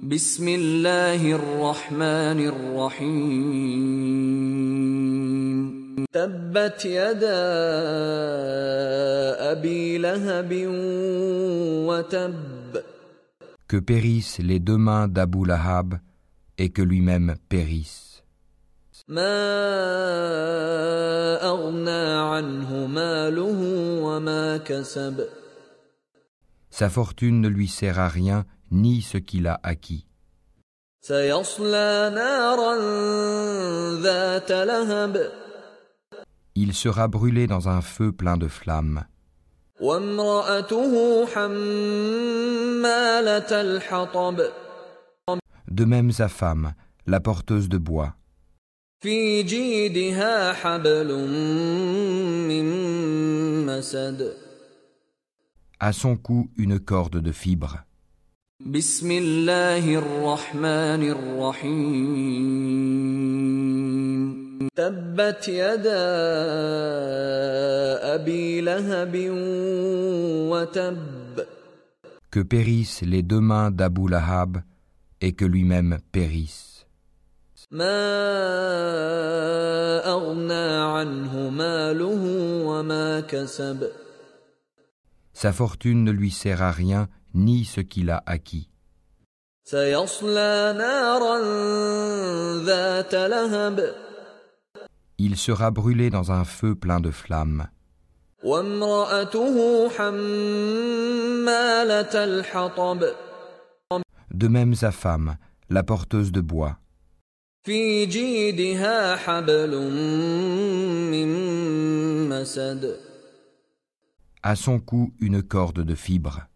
بسم الله الرحمن الرحيم تبت يدا ابي لهب وتب que périssent les deux mains d'Abou Lahab et que lui-même périsse. ما اغنى عنه ماله وما كسب Sa fortune ne lui sert à rien ni ce qu'il a acquis. سيصلى نارا ذات لهب Il sera brûlé dans un feu plein de flammes. وامرأته حمالة الحطب De même sa femme, la porteuse de bois. في جيدها حبل من مسد À son cou une corde de fibre. بسم الله الرحمن الرحيم تبت يدا أبي لهب وتب Que périssent les deux mains d'Abou Lahab et que lui-même périsse. ما أغنى عنه ماله وما كسب Sa fortune ne lui sert à rien ni ce qu'il a acquis. سيصلى نارا ذات لهب Il sera brûlé dans un feu plein de flammes. وامرأته حمالة الحطب De même sa femme, la porteuse de bois. في جيدها حبل من مسد À son cou une corde de fibre.